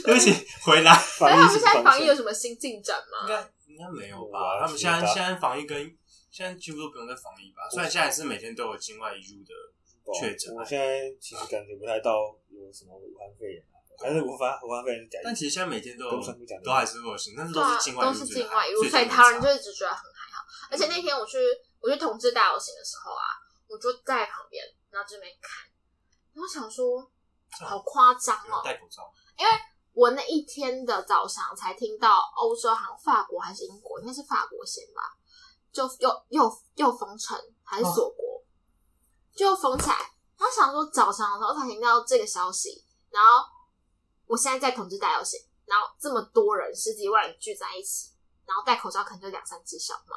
[SPEAKER 2] 对不起，回来
[SPEAKER 1] 那
[SPEAKER 3] 防疫
[SPEAKER 1] 他们
[SPEAKER 3] 是
[SPEAKER 1] 现在
[SPEAKER 3] 方
[SPEAKER 1] 防疫有什么新进展吗？
[SPEAKER 2] 应该应该没有
[SPEAKER 3] 我
[SPEAKER 2] 吧？
[SPEAKER 3] 啊
[SPEAKER 2] 他们现在
[SPEAKER 3] 学霸
[SPEAKER 2] 现在防疫跟现在几乎都不用再防疫吧？虽然现在是每天都有境外移入的，确诊
[SPEAKER 3] 哦啊我现在其实感觉不太到有什么武汉肺炎啊，但是武汉武汉肺炎是假
[SPEAKER 2] 但
[SPEAKER 3] 的。
[SPEAKER 2] 其实现在每天都有
[SPEAKER 3] 都算不讲，
[SPEAKER 2] 都还是会有新，但是
[SPEAKER 1] 对
[SPEAKER 2] 都
[SPEAKER 1] 啊
[SPEAKER 2] 是，境外
[SPEAKER 1] 都
[SPEAKER 2] 移入
[SPEAKER 1] 是
[SPEAKER 2] 最
[SPEAKER 1] 境
[SPEAKER 2] 大，
[SPEAKER 1] 外一路，所以
[SPEAKER 2] 没
[SPEAKER 1] 他人
[SPEAKER 2] 差
[SPEAKER 1] 就一直觉得很还好。而且那天我去我去同志大游行的时候啊，我就在旁边，然后这边看，然后想说哦
[SPEAKER 2] 这样
[SPEAKER 1] 好夸张
[SPEAKER 2] 有
[SPEAKER 1] 哦
[SPEAKER 2] 人，戴口罩，
[SPEAKER 1] 我那一天的早上才听到欧洲，好像法国还是英国，应该是法国先吧，就又又又封城，还是锁国，就又封起来。然后想说早上的时候才听到这个消息，然后我现在在统治大游行，然后这么多人十几万人聚在一起，然后戴口罩可能就两三只小猫，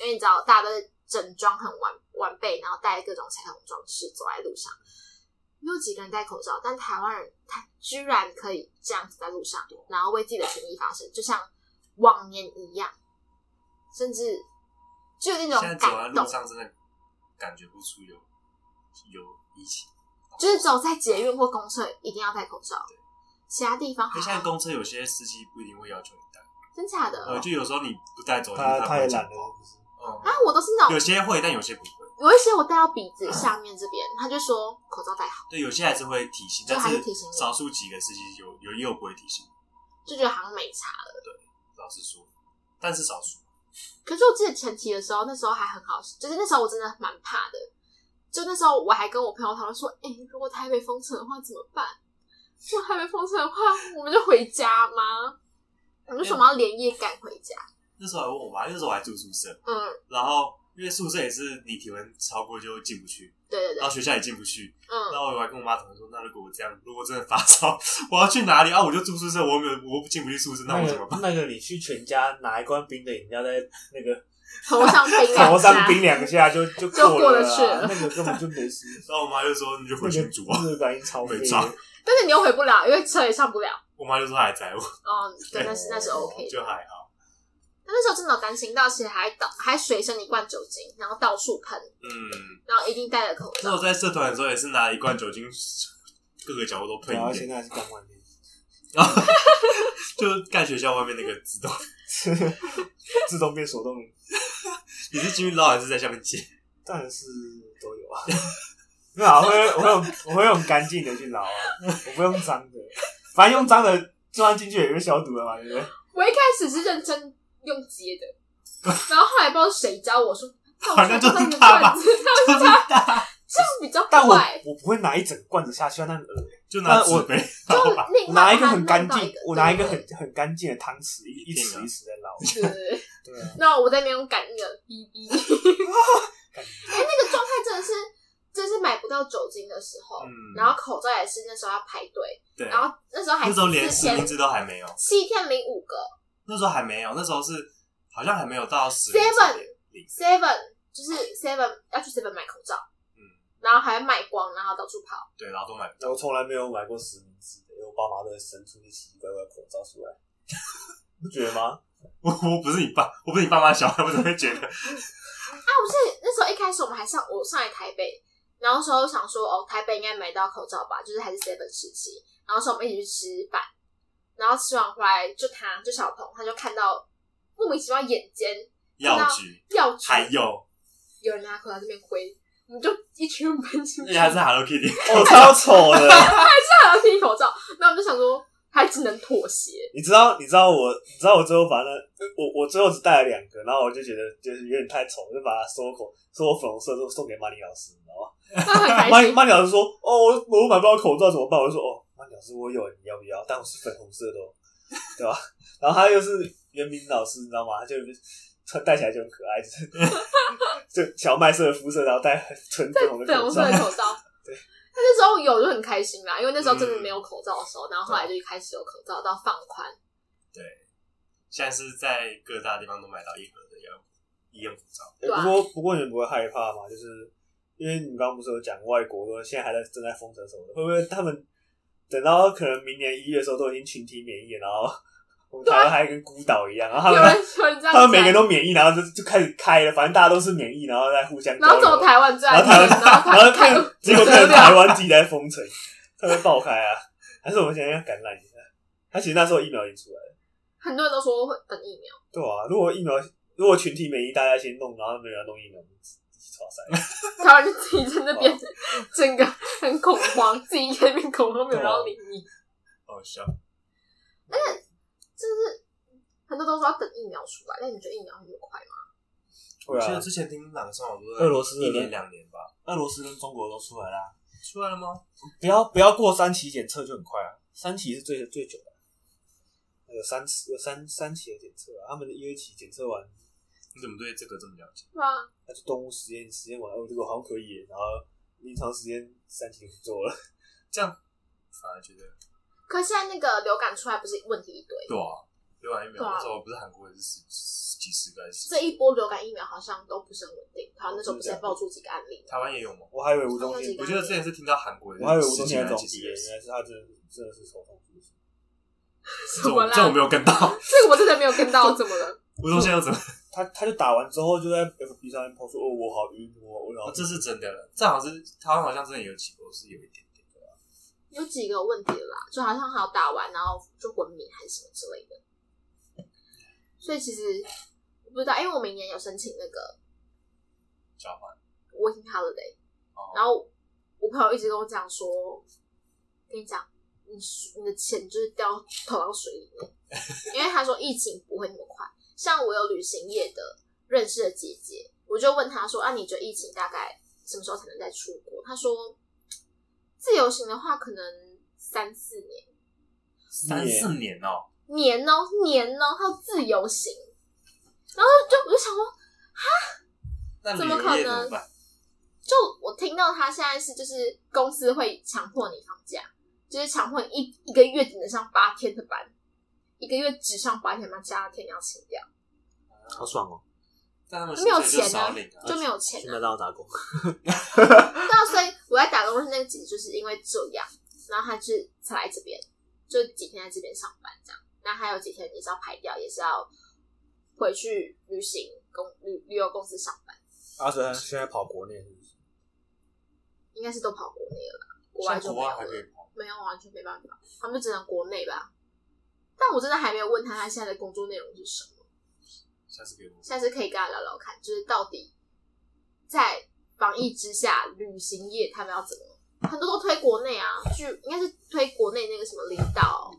[SPEAKER 1] 因为你知道大家都是整装很完完备，然后戴各种彩虹装饰走在路上，没有几个人戴口罩，但台湾人他居然可以这样子在路上，
[SPEAKER 2] 啊
[SPEAKER 1] 然后为自己的权益发声，就像往年一样，甚至就有那
[SPEAKER 2] 现在
[SPEAKER 1] 种
[SPEAKER 2] 走在
[SPEAKER 1] 感动
[SPEAKER 2] 路，上真的感觉不出有有疫情，
[SPEAKER 1] 就是走在捷运或公厕一定要戴口罩，其他地方
[SPEAKER 2] 因为现
[SPEAKER 1] 还
[SPEAKER 2] 在
[SPEAKER 1] 好，
[SPEAKER 2] 公车有些司机不一定会要求你戴，
[SPEAKER 1] 真假的
[SPEAKER 2] 呃，就有时候你不戴走，
[SPEAKER 3] 他
[SPEAKER 2] 你
[SPEAKER 3] 他
[SPEAKER 2] 不
[SPEAKER 3] 也
[SPEAKER 2] 会讲
[SPEAKER 3] 懒
[SPEAKER 2] 话
[SPEAKER 3] 了，是
[SPEAKER 2] 嗯，
[SPEAKER 1] 啊，我都是那种
[SPEAKER 2] 有些会，但有些不会。
[SPEAKER 1] 有一些我戴到鼻子下面这边，他就说口罩戴好，
[SPEAKER 2] 对，有些还是会提醒，
[SPEAKER 1] 就
[SPEAKER 2] 但
[SPEAKER 1] 还是提醒你
[SPEAKER 2] 少数几个司机有有也有不会提醒，
[SPEAKER 1] 就觉得好像没差。
[SPEAKER 2] 老实说，但是少数。
[SPEAKER 1] 可是我记得前期的时候，那时候还很好，就是那时候我真的蛮怕的。就那时候我还跟我朋友讨论说，哎、如果台北封城的话怎么办？如果台北封城的话，我们就回家吗？我们就说我们要连夜赶回家。
[SPEAKER 2] 那时候还问我妈，那时候我还住宿舍，
[SPEAKER 1] 嗯，
[SPEAKER 2] 然后因为宿舍也是你体温超过就进不去，
[SPEAKER 1] 对对对
[SPEAKER 2] 然，后学校也进不去，然
[SPEAKER 1] 嗯，
[SPEAKER 2] 后我还跟我妈讨论说，那如果我这样，如果真的发烧，我要去哪里啊？我就住宿舍，我没有，我进不去宿舍，那
[SPEAKER 3] 那
[SPEAKER 2] 我怎么
[SPEAKER 3] 个
[SPEAKER 2] 办？
[SPEAKER 3] 那个，你去全家拿一罐冰的饮料，在那个
[SPEAKER 1] 头 上冰凉，
[SPEAKER 3] 头上冰两下就就
[SPEAKER 1] 就
[SPEAKER 3] 过
[SPEAKER 1] 过
[SPEAKER 3] 了
[SPEAKER 1] 得
[SPEAKER 3] 啦
[SPEAKER 1] 去了
[SPEAKER 3] 那个根本就没 事。
[SPEAKER 2] 然后我妈就说，你就
[SPEAKER 3] 那
[SPEAKER 2] 回
[SPEAKER 3] 个
[SPEAKER 2] 新竹啊。
[SPEAKER 3] 日本音超废
[SPEAKER 2] 没差
[SPEAKER 3] 的，
[SPEAKER 1] 但是你又回不了，因为车也上不了。
[SPEAKER 2] 我妈就说她还在我，
[SPEAKER 1] 嗯，对，那是那是 OK 的。
[SPEAKER 2] 就还好。
[SPEAKER 1] 但那时候真的有担心到，其实还倒还随身一罐酒精，然后到处喷，
[SPEAKER 2] 嗯，
[SPEAKER 1] 然后一定戴了口
[SPEAKER 2] 那
[SPEAKER 1] 罩
[SPEAKER 2] 我。在社团的时候也是拿一罐酒精，各个角落都喷
[SPEAKER 3] 然后
[SPEAKER 2] 一
[SPEAKER 3] 现在
[SPEAKER 2] 点，
[SPEAKER 3] 还是刚完的，
[SPEAKER 2] 就盖学校外面那个自动。
[SPEAKER 3] 自动变手动，
[SPEAKER 2] 你是进去捞还是在下面接？
[SPEAKER 3] 当然是都有啊。没有啊，我会我会用我会用干净的去捞啊，我不用脏的，反正用脏的就算进去也是消毒的嘛，对不对？
[SPEAKER 1] 我一开始是认真用接的，然后后来不知道谁教我 说，
[SPEAKER 2] 好像就是他吧
[SPEAKER 1] 他们这样子，他们这样这样比较
[SPEAKER 3] 但我
[SPEAKER 1] 快，
[SPEAKER 3] 我不会拿一整罐子下去，那很恶
[SPEAKER 2] 就拿
[SPEAKER 3] 那我
[SPEAKER 2] 纸杯，
[SPEAKER 1] 就
[SPEAKER 3] 我
[SPEAKER 1] 另外
[SPEAKER 3] 拿一个
[SPEAKER 1] 哎把它
[SPEAKER 3] 很干
[SPEAKER 1] 弄到
[SPEAKER 3] 净，我拿一个
[SPEAKER 1] 对
[SPEAKER 3] 很很干净的汤匙，一一
[SPEAKER 2] 一定啊
[SPEAKER 3] 匙一匙在捞。
[SPEAKER 1] 对对对
[SPEAKER 3] 对啊，
[SPEAKER 1] 那我在那边用感应的哔 哔，哎，那个状态真的是，真是买不到酒精的时候，
[SPEAKER 2] 嗯
[SPEAKER 1] 然后口罩也是那时候要排队，
[SPEAKER 2] 对，
[SPEAKER 1] 然后那时候还
[SPEAKER 2] 那时候连
[SPEAKER 1] 四
[SPEAKER 2] 实
[SPEAKER 1] 天
[SPEAKER 2] 名制都还没有，
[SPEAKER 1] 七天零五个
[SPEAKER 2] 那时候还没有，那时候是好像还没有到十
[SPEAKER 1] Seven
[SPEAKER 2] 零，
[SPEAKER 1] seven 就是 seven 要去 seven 买口罩，
[SPEAKER 2] 嗯，
[SPEAKER 1] 然后还卖光，然后到处跑。
[SPEAKER 2] 对，然后都买不到，
[SPEAKER 3] 我从来没有买过实名制的，因为我爸妈都会生出一些奇奇怪怪的口罩出来， 不觉得吗？
[SPEAKER 2] 我我不是你爸，我不是你爸妈小孩，我怎么会觉得？
[SPEAKER 1] 啊，我是那时候一开始我们还上我上来台北，然后那时候想说哦，台北应该买到口罩吧，就是还是 seven 时期。然后那时候我们一起去吃饭，然后吃完回来就他就小鹏他就看到莫名其妙眼尖
[SPEAKER 2] 药局
[SPEAKER 1] 药局
[SPEAKER 2] 还有，
[SPEAKER 1] 有人拿口罩这边挥，我们就一群人搬进
[SPEAKER 2] 而
[SPEAKER 1] 去，
[SPEAKER 2] 且还是 Hello Kitty，
[SPEAKER 3] 哦，超丑的。
[SPEAKER 1] 还要听口罩，那我们就想说还只能妥协，
[SPEAKER 3] 你知道，你知道我，你知道我最后把那我我最后只带了两个，然后我就觉得就是有点太丑，我就把它收口，收我粉红色，都送给曼妮老师，你知道吗？
[SPEAKER 1] 那很开
[SPEAKER 3] 曼
[SPEAKER 1] 心。
[SPEAKER 3] 曼妮老师说：“哦，我我买不到口罩怎么办？”我就说：“哦，曼妮老师，我有，你要不要？但我是粉红色的、哦，对吧？”然后他又是袁明老师，你知道吗？他就他戴起来就很可爱，就是 就小麦色的肤色，然后戴很纯粉红的
[SPEAKER 1] 粉
[SPEAKER 3] 口
[SPEAKER 1] 红
[SPEAKER 3] 罩
[SPEAKER 1] 色的。口罩。
[SPEAKER 3] 对嗯
[SPEAKER 1] 他那时候有就很开心啦，因为那时候真的没有口罩的时候，然后后来就开始有口罩到放宽，
[SPEAKER 2] 现在是在各大地方都买到一盒的药医用口罩，
[SPEAKER 3] 欸
[SPEAKER 1] 对啊
[SPEAKER 3] 不过不过你们不会害怕吗？就是因为你刚刚不是有讲外国都现在还在正在封城什么的，会不会他们等到可能明年一月的时候都已经群体免疫了，然后我
[SPEAKER 1] 啊
[SPEAKER 3] 们台湾还跟孤岛一样，然后他
[SPEAKER 1] 有人
[SPEAKER 3] 们
[SPEAKER 1] 有人这样讲，
[SPEAKER 3] 他们每个人都免疫，然后就就开始开了，反正大家都是免疫，然后再互相
[SPEAKER 1] 然后
[SPEAKER 3] 交
[SPEAKER 1] 走
[SPEAKER 3] 流
[SPEAKER 1] 台湾最安全，
[SPEAKER 3] 然
[SPEAKER 1] 然后
[SPEAKER 3] 然后
[SPEAKER 1] 台
[SPEAKER 3] 变
[SPEAKER 1] 台
[SPEAKER 3] 结果变 成台湾自己在封城，他会爆开啊！还是我们现在要感染一下？他其实那时候疫苗已经出来了，
[SPEAKER 1] 很多人都说会等疫苗，
[SPEAKER 3] 对啊，如果疫苗如果群体免疫大家先弄，然后没有人弄疫苗，一起抓塞。
[SPEAKER 1] 台湾就自己在那边整个很恐慌，自己在那边恐慌，没有人要理你。
[SPEAKER 3] 啊
[SPEAKER 2] 好笑。
[SPEAKER 1] 就是很多都说要等疫苗出来，但你觉得疫苗很快吗？
[SPEAKER 2] 我
[SPEAKER 3] 对啊
[SPEAKER 2] 记得之前听朗诵，我都在
[SPEAKER 3] 俄罗斯的
[SPEAKER 2] 一
[SPEAKER 3] 人
[SPEAKER 2] 年两年吧，
[SPEAKER 3] 俄罗斯跟中国都出来啦，
[SPEAKER 2] 出来了吗？
[SPEAKER 3] 不要不要过三期检测就很快啊，三期是最最久的。有三次有三三期的检测啊，他们的一二期检测完，
[SPEAKER 2] 你怎么对这个这么了解？
[SPEAKER 1] 对吧？
[SPEAKER 3] 那就动物实验实验完，哦，这个好像可以耶，然后临床实验三期就去做了。
[SPEAKER 2] 这样反而觉得
[SPEAKER 1] 可是现在那个流感出来不是问题一堆，
[SPEAKER 2] 对啊，六完疫苗
[SPEAKER 1] 对啊
[SPEAKER 2] 那时候不是韩国也是十十几十个还是十
[SPEAKER 1] 这一波流感疫苗好像都不是很稳定，台湾那时候不是
[SPEAKER 3] 是
[SPEAKER 1] 也
[SPEAKER 3] 的
[SPEAKER 1] 爆出几个案例吗？
[SPEAKER 2] 台湾也有吗？
[SPEAKER 3] 我还以为吴宗
[SPEAKER 1] 嗯
[SPEAKER 3] 宪，
[SPEAKER 2] 我记得之前是听到韩国也
[SPEAKER 3] 我还以为
[SPEAKER 2] 是
[SPEAKER 3] 吴
[SPEAKER 2] 十
[SPEAKER 3] 宗
[SPEAKER 2] 几
[SPEAKER 3] 宪
[SPEAKER 2] 个
[SPEAKER 3] 的总
[SPEAKER 2] 还是几
[SPEAKER 3] 结，
[SPEAKER 2] 十
[SPEAKER 3] 原
[SPEAKER 2] 个还是
[SPEAKER 3] 来是他真的真的是头痛是不是
[SPEAKER 1] 什
[SPEAKER 2] 这
[SPEAKER 1] 么
[SPEAKER 2] 我
[SPEAKER 1] 啦？
[SPEAKER 2] 这我没有跟到，
[SPEAKER 1] 这个我真的没有跟到，怎么了？
[SPEAKER 2] 吴宗宪又怎么？
[SPEAKER 3] 他他就打完之后就在 FB 上面抛出哦，我好晕，我我好
[SPEAKER 2] 哦
[SPEAKER 3] 晕
[SPEAKER 2] 这是真的了，这好像是台湾好像真的有几波是有一点点的，
[SPEAKER 1] 有几个问题了啦，就好像还有打完然后就昏迷还是什么之类的。所以其实我不知道，因为我明年有申请那个
[SPEAKER 2] 交换
[SPEAKER 1] working holiday，
[SPEAKER 2] 哦
[SPEAKER 1] 然后我朋友一直跟我讲说，跟你讲，你你的钱就是掉投到水里面，因为他说疫情不会那么快。像我有旅行业的认识的姐姐，我就问她说，啊，你觉得疫情大概什么时候才能再出国？她说，自由行的话可能三四年，
[SPEAKER 2] 三四年哦，
[SPEAKER 1] 年哦、年哦、还有自由行。然后就我就想说，
[SPEAKER 2] 那
[SPEAKER 1] 怎
[SPEAKER 2] 旅
[SPEAKER 1] 么可
[SPEAKER 2] 游业怎
[SPEAKER 1] 能
[SPEAKER 2] 么办？
[SPEAKER 1] 就我听到他现在是就是公司会强迫你放假，就是强迫你一一个月只能上八天的班，一个月只上八天班，其他天你要请掉，
[SPEAKER 5] 好爽哦，
[SPEAKER 2] 但他们
[SPEAKER 1] 没有
[SPEAKER 2] 薪水就
[SPEAKER 1] 钱
[SPEAKER 2] 少
[SPEAKER 1] 啊
[SPEAKER 2] 领啊，
[SPEAKER 1] 就没有钱
[SPEAKER 5] 去
[SPEAKER 1] 了。
[SPEAKER 5] 麦当劳打工，
[SPEAKER 1] 对啊，所以我在打工的那个姐姐就是因为这样，然后她就才来这边，就几天在这边上班这样，然后还有几天也是要排掉，也是要回去旅行公旅旅游公司上班，
[SPEAKER 3] 阿哲他现在跑国内是不是？
[SPEAKER 1] 应该是都跑国内了啦，国外
[SPEAKER 2] 像
[SPEAKER 1] 就
[SPEAKER 2] 国
[SPEAKER 1] 没有
[SPEAKER 2] 外还
[SPEAKER 1] 了
[SPEAKER 2] 可。以跑，
[SPEAKER 1] 没有，完全没办法，他们就只能国内吧。但我真的还没有问他他现在的工作内容是什么，
[SPEAKER 2] 下次给我
[SPEAKER 1] 下次可以跟他聊聊看，就是到底在防疫之下，旅行业他们要怎么，很多都推国内啊，去应该是推国内那个什么领导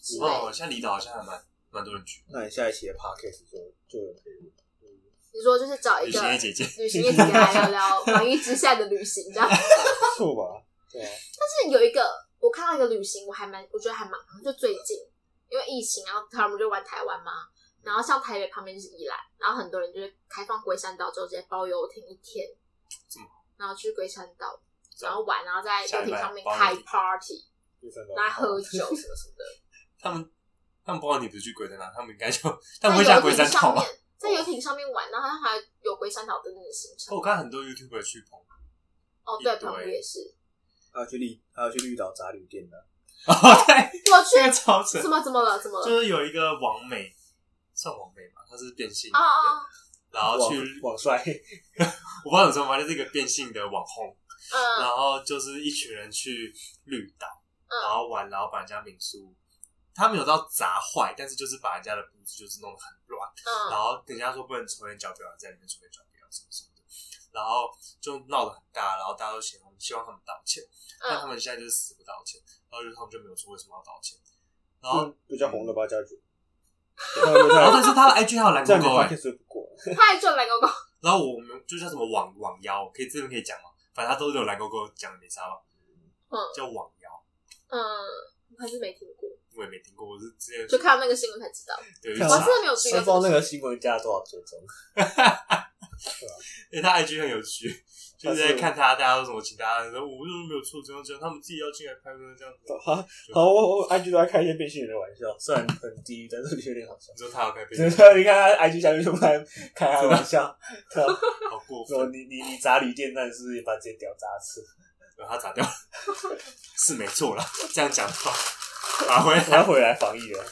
[SPEAKER 1] 之类
[SPEAKER 2] 哦，
[SPEAKER 1] 的。
[SPEAKER 2] 现在离岛好像还蛮蛮多人去，
[SPEAKER 3] 那你下一期的 podcast 就就有 可以录
[SPEAKER 1] 你说就是找一
[SPEAKER 2] 旅
[SPEAKER 1] 个
[SPEAKER 2] 行业姐姐，
[SPEAKER 1] 旅行业姐姐来聊聊防疫之下的旅行这样。
[SPEAKER 3] 不错吧？对啊，
[SPEAKER 1] 但是有一个我看到一个旅行，我还蛮我觉得还蛮好，就最近因为疫情，然后他们就玩台湾嘛，然后像台北旁边就是宜兰，然后很多人就是开放龟山岛之后直接包游艇一天
[SPEAKER 2] 这么，
[SPEAKER 1] 然后去龟山岛，
[SPEAKER 2] 这
[SPEAKER 1] 然
[SPEAKER 2] 样
[SPEAKER 1] 后玩，然后在
[SPEAKER 2] 下
[SPEAKER 1] 游
[SPEAKER 2] 礼
[SPEAKER 1] 艇
[SPEAKER 2] 拜
[SPEAKER 1] 上面
[SPEAKER 2] 包游
[SPEAKER 1] 开
[SPEAKER 2] 艇
[SPEAKER 1] party，
[SPEAKER 3] 第三
[SPEAKER 1] 然后喝酒什么什么的，
[SPEAKER 2] 他们他们不管你不是去鬼山岛，他们应该就 他们会
[SPEAKER 1] 在
[SPEAKER 2] 下
[SPEAKER 1] 游
[SPEAKER 2] 鬼
[SPEAKER 1] 艇
[SPEAKER 2] 山啊岛
[SPEAKER 1] 上
[SPEAKER 2] 吗
[SPEAKER 1] 面？，在游艇上面玩，然后它还有龟山岛的那个行程
[SPEAKER 2] 哦我。看很多 YouTuber 去跑，
[SPEAKER 1] 哦，
[SPEAKER 2] 一
[SPEAKER 1] 对，
[SPEAKER 2] 堆
[SPEAKER 1] 澎湖也是，
[SPEAKER 3] 还有去绿，还有去绿岛砸旅店的，
[SPEAKER 2] 哦对，
[SPEAKER 1] 我
[SPEAKER 2] 这个
[SPEAKER 1] 去
[SPEAKER 2] 超扯
[SPEAKER 1] 怎，么怎么了怎么了？
[SPEAKER 2] 就是有一个王美，算王美嘛，她是变性
[SPEAKER 1] 啊啊
[SPEAKER 2] 人，
[SPEAKER 1] 啊，
[SPEAKER 2] 然后去
[SPEAKER 3] 网帅，
[SPEAKER 2] 我不知道怎么说，反正就是一个变性的网红，
[SPEAKER 1] 嗯
[SPEAKER 2] 然后就是一群人去绿岛，然
[SPEAKER 1] 嗯，
[SPEAKER 2] 后玩，然后把人家民宿，他没有到砸坏，但是就是把人家的布置就是弄得很乱，
[SPEAKER 1] 嗯，
[SPEAKER 2] 然后人家说不能抽烟嚼不要在里面抽烟嚼不要什么什么的，然后就闹得很大，然后大家都希望希望他们道歉，
[SPEAKER 1] 嗯
[SPEAKER 2] 但他们现在就是死不道歉，然后就他们就没有说为什么要道歉，然后啊
[SPEAKER 3] 嗯 比较红的吧，家 具。
[SPEAKER 2] 然后但是他的 IG 还有蓝
[SPEAKER 3] 这
[SPEAKER 2] 勾
[SPEAKER 3] 样你
[SPEAKER 2] 勾哎、
[SPEAKER 3] podcast 会不过，
[SPEAKER 1] 太赚了，狗狗。
[SPEAKER 2] 然后我们就叫什么网网妖，可以这边可以讲吗？反正他都有蓝勾勾讲的没啥吧，
[SPEAKER 1] 嗯
[SPEAKER 2] 叫网妖，
[SPEAKER 1] 嗯，我还是没听过，
[SPEAKER 2] 我也没听过，我是之前
[SPEAKER 1] 就看到那个新闻才知道。
[SPEAKER 2] 对，
[SPEAKER 3] 看
[SPEAKER 1] 我
[SPEAKER 3] 到
[SPEAKER 1] 真的没有注意
[SPEAKER 3] 不
[SPEAKER 1] 到
[SPEAKER 3] 知道
[SPEAKER 1] 这
[SPEAKER 3] 那
[SPEAKER 1] 个
[SPEAKER 3] 个
[SPEAKER 1] 事。
[SPEAKER 3] 新闻加了多少追 踪？
[SPEAKER 2] 因为哎他 IG 很有趣，就是在看他，大家都怎么请大家，说我为什么没有做这样这样，他们自己要进来拍成这样 子。
[SPEAKER 3] 好，好，我我 IG 都在开一些变性人的玩笑，虽然很低，但是有点好 笑
[SPEAKER 2] 你。说他要开飞
[SPEAKER 3] 只
[SPEAKER 2] 机，
[SPEAKER 3] 是你看他 IG 下面就开开他玩笑，对啊
[SPEAKER 2] 好过
[SPEAKER 3] 说
[SPEAKER 2] 分，
[SPEAKER 3] 你你你砸旅店，那你是不是也把自己的屌砸死？
[SPEAKER 2] 把他砸掉，是没错啦。这样讲的话，拿回
[SPEAKER 3] 我
[SPEAKER 2] 来
[SPEAKER 3] 要回来防疫了。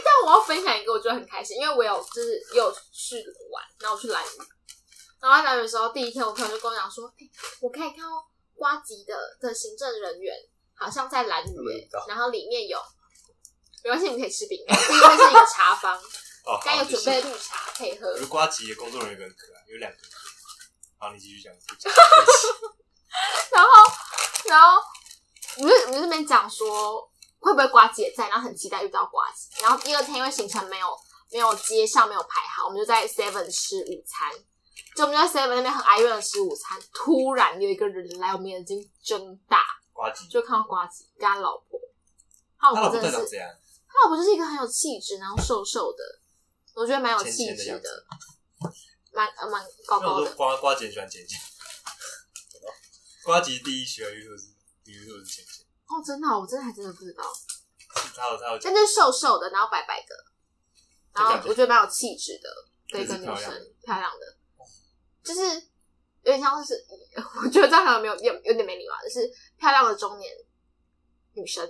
[SPEAKER 1] 但我要分享一个，我觉得很开心，因为我有就是也有去玩，然后我去蓝屿，然后在蓝屿的时候，第一天我朋友就跟我讲说，哎、我可以看到瓜吉的的行政人员好像在蓝屿耶、
[SPEAKER 3] 嗯
[SPEAKER 1] 然后里面有，没关系，你可以吃饼干，因为它是一个茶坊，
[SPEAKER 2] 哦，好
[SPEAKER 1] 该有
[SPEAKER 2] 谢
[SPEAKER 1] 准
[SPEAKER 2] 谢
[SPEAKER 1] 备绿茶可以喝
[SPEAKER 2] 我觉。得瓜吉的工作人员很可爱，有两个。好，你继续 讲。
[SPEAKER 1] 啊然后，然后我们就我们这边讲说会不会瓜姐在，然后很期待遇到瓜姐。然后第二天因为行程没有没有接上，没有排好，我们就在 Seven 吃午餐。就我们就在 Seven 那边很哀怨的吃午餐，突然有一个人来，我们眼睛睁大，
[SPEAKER 2] 瓜吉，
[SPEAKER 1] 就看到瓜姐跟他老婆，他
[SPEAKER 2] 他
[SPEAKER 1] 老婆
[SPEAKER 2] 老婆
[SPEAKER 1] 真
[SPEAKER 2] 队
[SPEAKER 1] 的
[SPEAKER 2] 长
[SPEAKER 1] 是，
[SPEAKER 2] 这样，
[SPEAKER 1] 他老婆就是一个很有气质，然后瘦瘦的，我觉得蛮有
[SPEAKER 2] 浅
[SPEAKER 1] 气
[SPEAKER 2] 浅的
[SPEAKER 1] 质
[SPEAKER 2] 样
[SPEAKER 1] 的
[SPEAKER 2] 子，
[SPEAKER 1] 蛮呃蛮高
[SPEAKER 2] 因为我
[SPEAKER 1] 高
[SPEAKER 2] 说
[SPEAKER 1] 的。
[SPEAKER 2] 瓜瓜吉很喜欢浅 浅。瓜吉第一喜欢 YouTube 是 YouTube 是浅浅，
[SPEAKER 1] 哦，真的哦、我真的还真的不知道。
[SPEAKER 2] 是他有他有
[SPEAKER 1] 但就是瘦瘦的，然后白白的，然后我觉得蛮有气质的，对，一个女
[SPEAKER 2] 也是漂
[SPEAKER 1] 生
[SPEAKER 2] 亮的
[SPEAKER 1] 漂亮的，就是有点像是， 我觉得这样好像没有有有点没礼貌，就是漂亮的中年女生，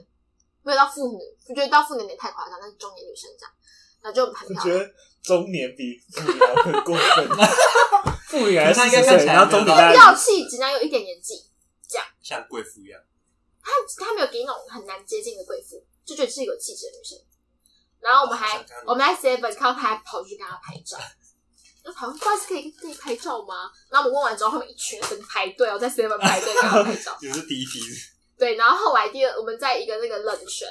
[SPEAKER 1] 没有到妇女，我觉得到妇女有点太夸张，但是中年女生这样，然后就很
[SPEAKER 3] 我
[SPEAKER 1] 漂
[SPEAKER 3] 觉
[SPEAKER 1] 亮。
[SPEAKER 3] 得中年比妇女还要更过 分。妇女还
[SPEAKER 2] 可
[SPEAKER 3] 四
[SPEAKER 2] 是她
[SPEAKER 3] 十
[SPEAKER 2] 应该看
[SPEAKER 3] 岁，
[SPEAKER 2] 起来
[SPEAKER 3] 然后中年
[SPEAKER 2] 没
[SPEAKER 3] 大
[SPEAKER 2] 有
[SPEAKER 1] 要
[SPEAKER 3] 概
[SPEAKER 1] 有气质，然后有一点年纪，
[SPEAKER 2] 像贵妇一样，
[SPEAKER 1] 她她没有给你那种很难接近的贵妇，就觉得是一个有气质的女生。然后我们还、
[SPEAKER 2] 哦想看。
[SPEAKER 1] 我们在 Seven 看到她还跑去跟她拍照，那台湾不好意思可以跟自己拍照吗？然后我们问完之后，他们一群人排队哦，在 Seven 排队跟她拍照
[SPEAKER 2] 就是第一批。
[SPEAKER 1] 对，然后后来第二我们在一个那个冷泉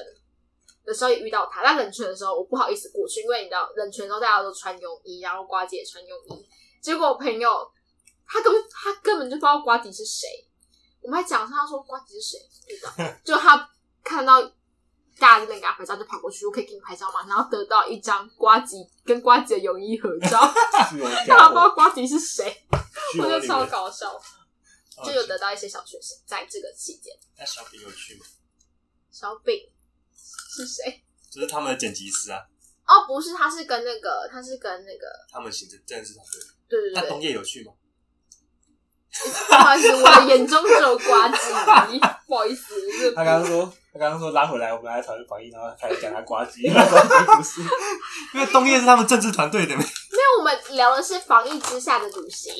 [SPEAKER 1] 的时候也遇到她，但冷泉的时候我不好意思过去，因为你知道冷泉的时候大家都穿泳衣，然后瓜姐也穿泳衣，结果我朋友他根本他根本就不知道瓜姐是谁，我们还讲他说瓜姐是谁，不知道， 就他看到大家在那边给他拍照，就跑过去，我可以给你拍照吗？然后得到一张瓜吉跟瓜吉的泳衣合照，
[SPEAKER 3] 是有
[SPEAKER 1] 但他
[SPEAKER 3] 家
[SPEAKER 1] 不知道
[SPEAKER 3] 伙，
[SPEAKER 1] 瓜吉是谁，
[SPEAKER 3] 是
[SPEAKER 1] 我觉
[SPEAKER 3] 有啊哦
[SPEAKER 1] 得超
[SPEAKER 3] 理。
[SPEAKER 1] 搞笑，就有得到一些小确幸，在这个期间，
[SPEAKER 2] 哦那小品有趣吗？
[SPEAKER 1] 小饼是谁？
[SPEAKER 2] 就是他们的剪辑师啊，
[SPEAKER 1] 哦，不是，他是跟那个，他是跟那个，
[SPEAKER 2] 他们行政真的是团队。
[SPEAKER 1] 对对
[SPEAKER 2] 那
[SPEAKER 1] 对，
[SPEAKER 2] 冬叶有去吗？
[SPEAKER 1] 不好意思，我的眼中只有瓜子泥，不好意思，这
[SPEAKER 3] 他刚刚说，他刚刚说拉回来，我们来讨论防疫，然后开始讲他瓜机， 然后说不是，
[SPEAKER 2] 因为冬叶是他们政治团队的，
[SPEAKER 1] 因为我们聊的是防疫之下的旅行，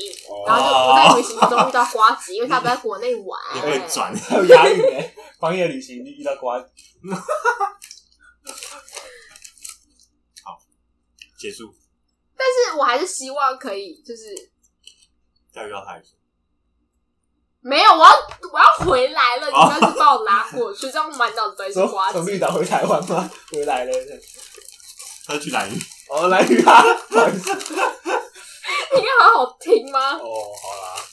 [SPEAKER 1] 然后就我在旅行中遇到瓜子，因为他不在国内玩，
[SPEAKER 2] 也会转。
[SPEAKER 3] 还有押韵哎，防疫的旅行遇到瓜机，
[SPEAKER 2] 结束，
[SPEAKER 1] 但是我还是希望可以，就是
[SPEAKER 2] 再遇到他一次。
[SPEAKER 1] 没有，我要我要回来了，你不要去把我拉过去，这样满脑子都是
[SPEAKER 3] 说
[SPEAKER 1] 瓜
[SPEAKER 3] 从
[SPEAKER 1] 子。
[SPEAKER 3] 绿岛回台湾吗？回来了，
[SPEAKER 2] 他就去蓝屿，
[SPEAKER 3] 哦，来雨啊，不好意思
[SPEAKER 1] 你看好好听吗？
[SPEAKER 3] 哦，好啦，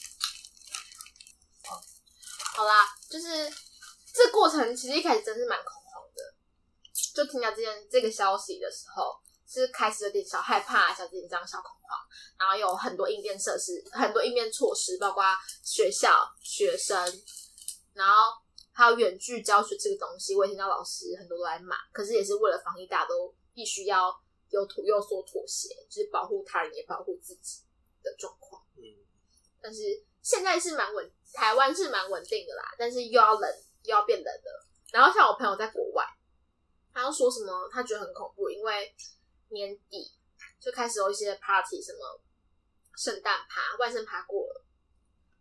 [SPEAKER 1] 好啦，就是这过程其实一开始真是蛮恐慌的，就听到这件这个消息的时候，是开始有点小害怕、小紧张、小恐慌，然后有很多应变设施、很多应变措施，包括学校、学生，然后还有远距教学这个东西，我也听到老师很多都在骂，可是也是为了防疫，大家都必须要有妥有所妥协，就是保护他人也保护自己的状况。但是现在是蛮稳，台湾是蛮稳定的啦，但是又要冷，又要变冷了。然后像我朋友在国外，他又说什么，他觉得很恐怖，因为年底就开始有一些 party，什么圣诞趴、万圣趴过了，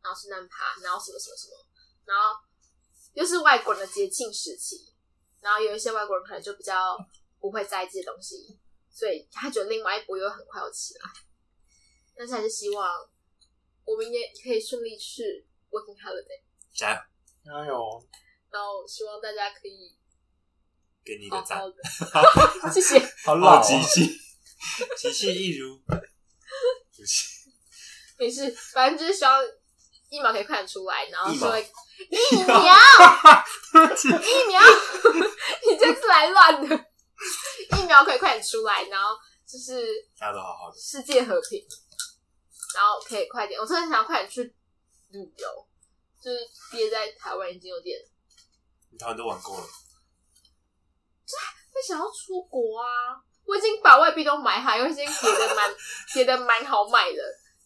[SPEAKER 1] 然后圣诞趴，然后什么什么什么，然后又是外国人的节庆时期，然后有一些外国人可能就比较不会在意这些东西，所以他觉得另外一波又很快要起来。但是还是希望我们也可以顺利去 working holiday，
[SPEAKER 2] 加油，
[SPEAKER 3] 哎呦，
[SPEAKER 1] 然后希望大家可以
[SPEAKER 2] 给你一
[SPEAKER 1] 好
[SPEAKER 2] 个赞
[SPEAKER 1] 好。 的，谢谢。
[SPEAKER 3] 好老
[SPEAKER 2] 好
[SPEAKER 3] 哦
[SPEAKER 2] 极细，极细一如，不是
[SPEAKER 1] 没事，反正就是希望疫苗可以快点出来，然后说
[SPEAKER 2] 疫
[SPEAKER 1] 疫苗，疫苗， 你这次来乱的，疫苗可以快点出来，然后就是
[SPEAKER 2] 大家都好好的。
[SPEAKER 1] 世界和平，然后可以快点，我真的很想快点去旅游，就是憋在台湾已经有点
[SPEAKER 2] 你台湾都玩够了，
[SPEAKER 1] 会想要出国啊！我已经把外币都买好，因为已经跌的蛮跌的蛮好买的，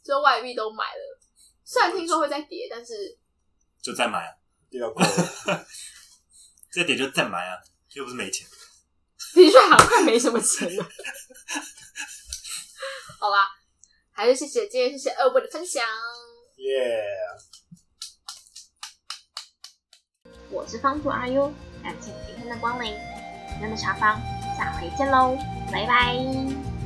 [SPEAKER 1] 就外币都买了。虽然听说会再跌，但是
[SPEAKER 2] 就再买啊，
[SPEAKER 3] 第二波，
[SPEAKER 2] 这点就再买啊，又不是没钱。
[SPEAKER 1] 的确好像快没什么钱了。好啦，还是谢谢今天谢谢二位的分享，
[SPEAKER 3] 耶。
[SPEAKER 6] 我是方主阿 U，感谢今天的光临，我们的茶坊，下回见喽，拜拜。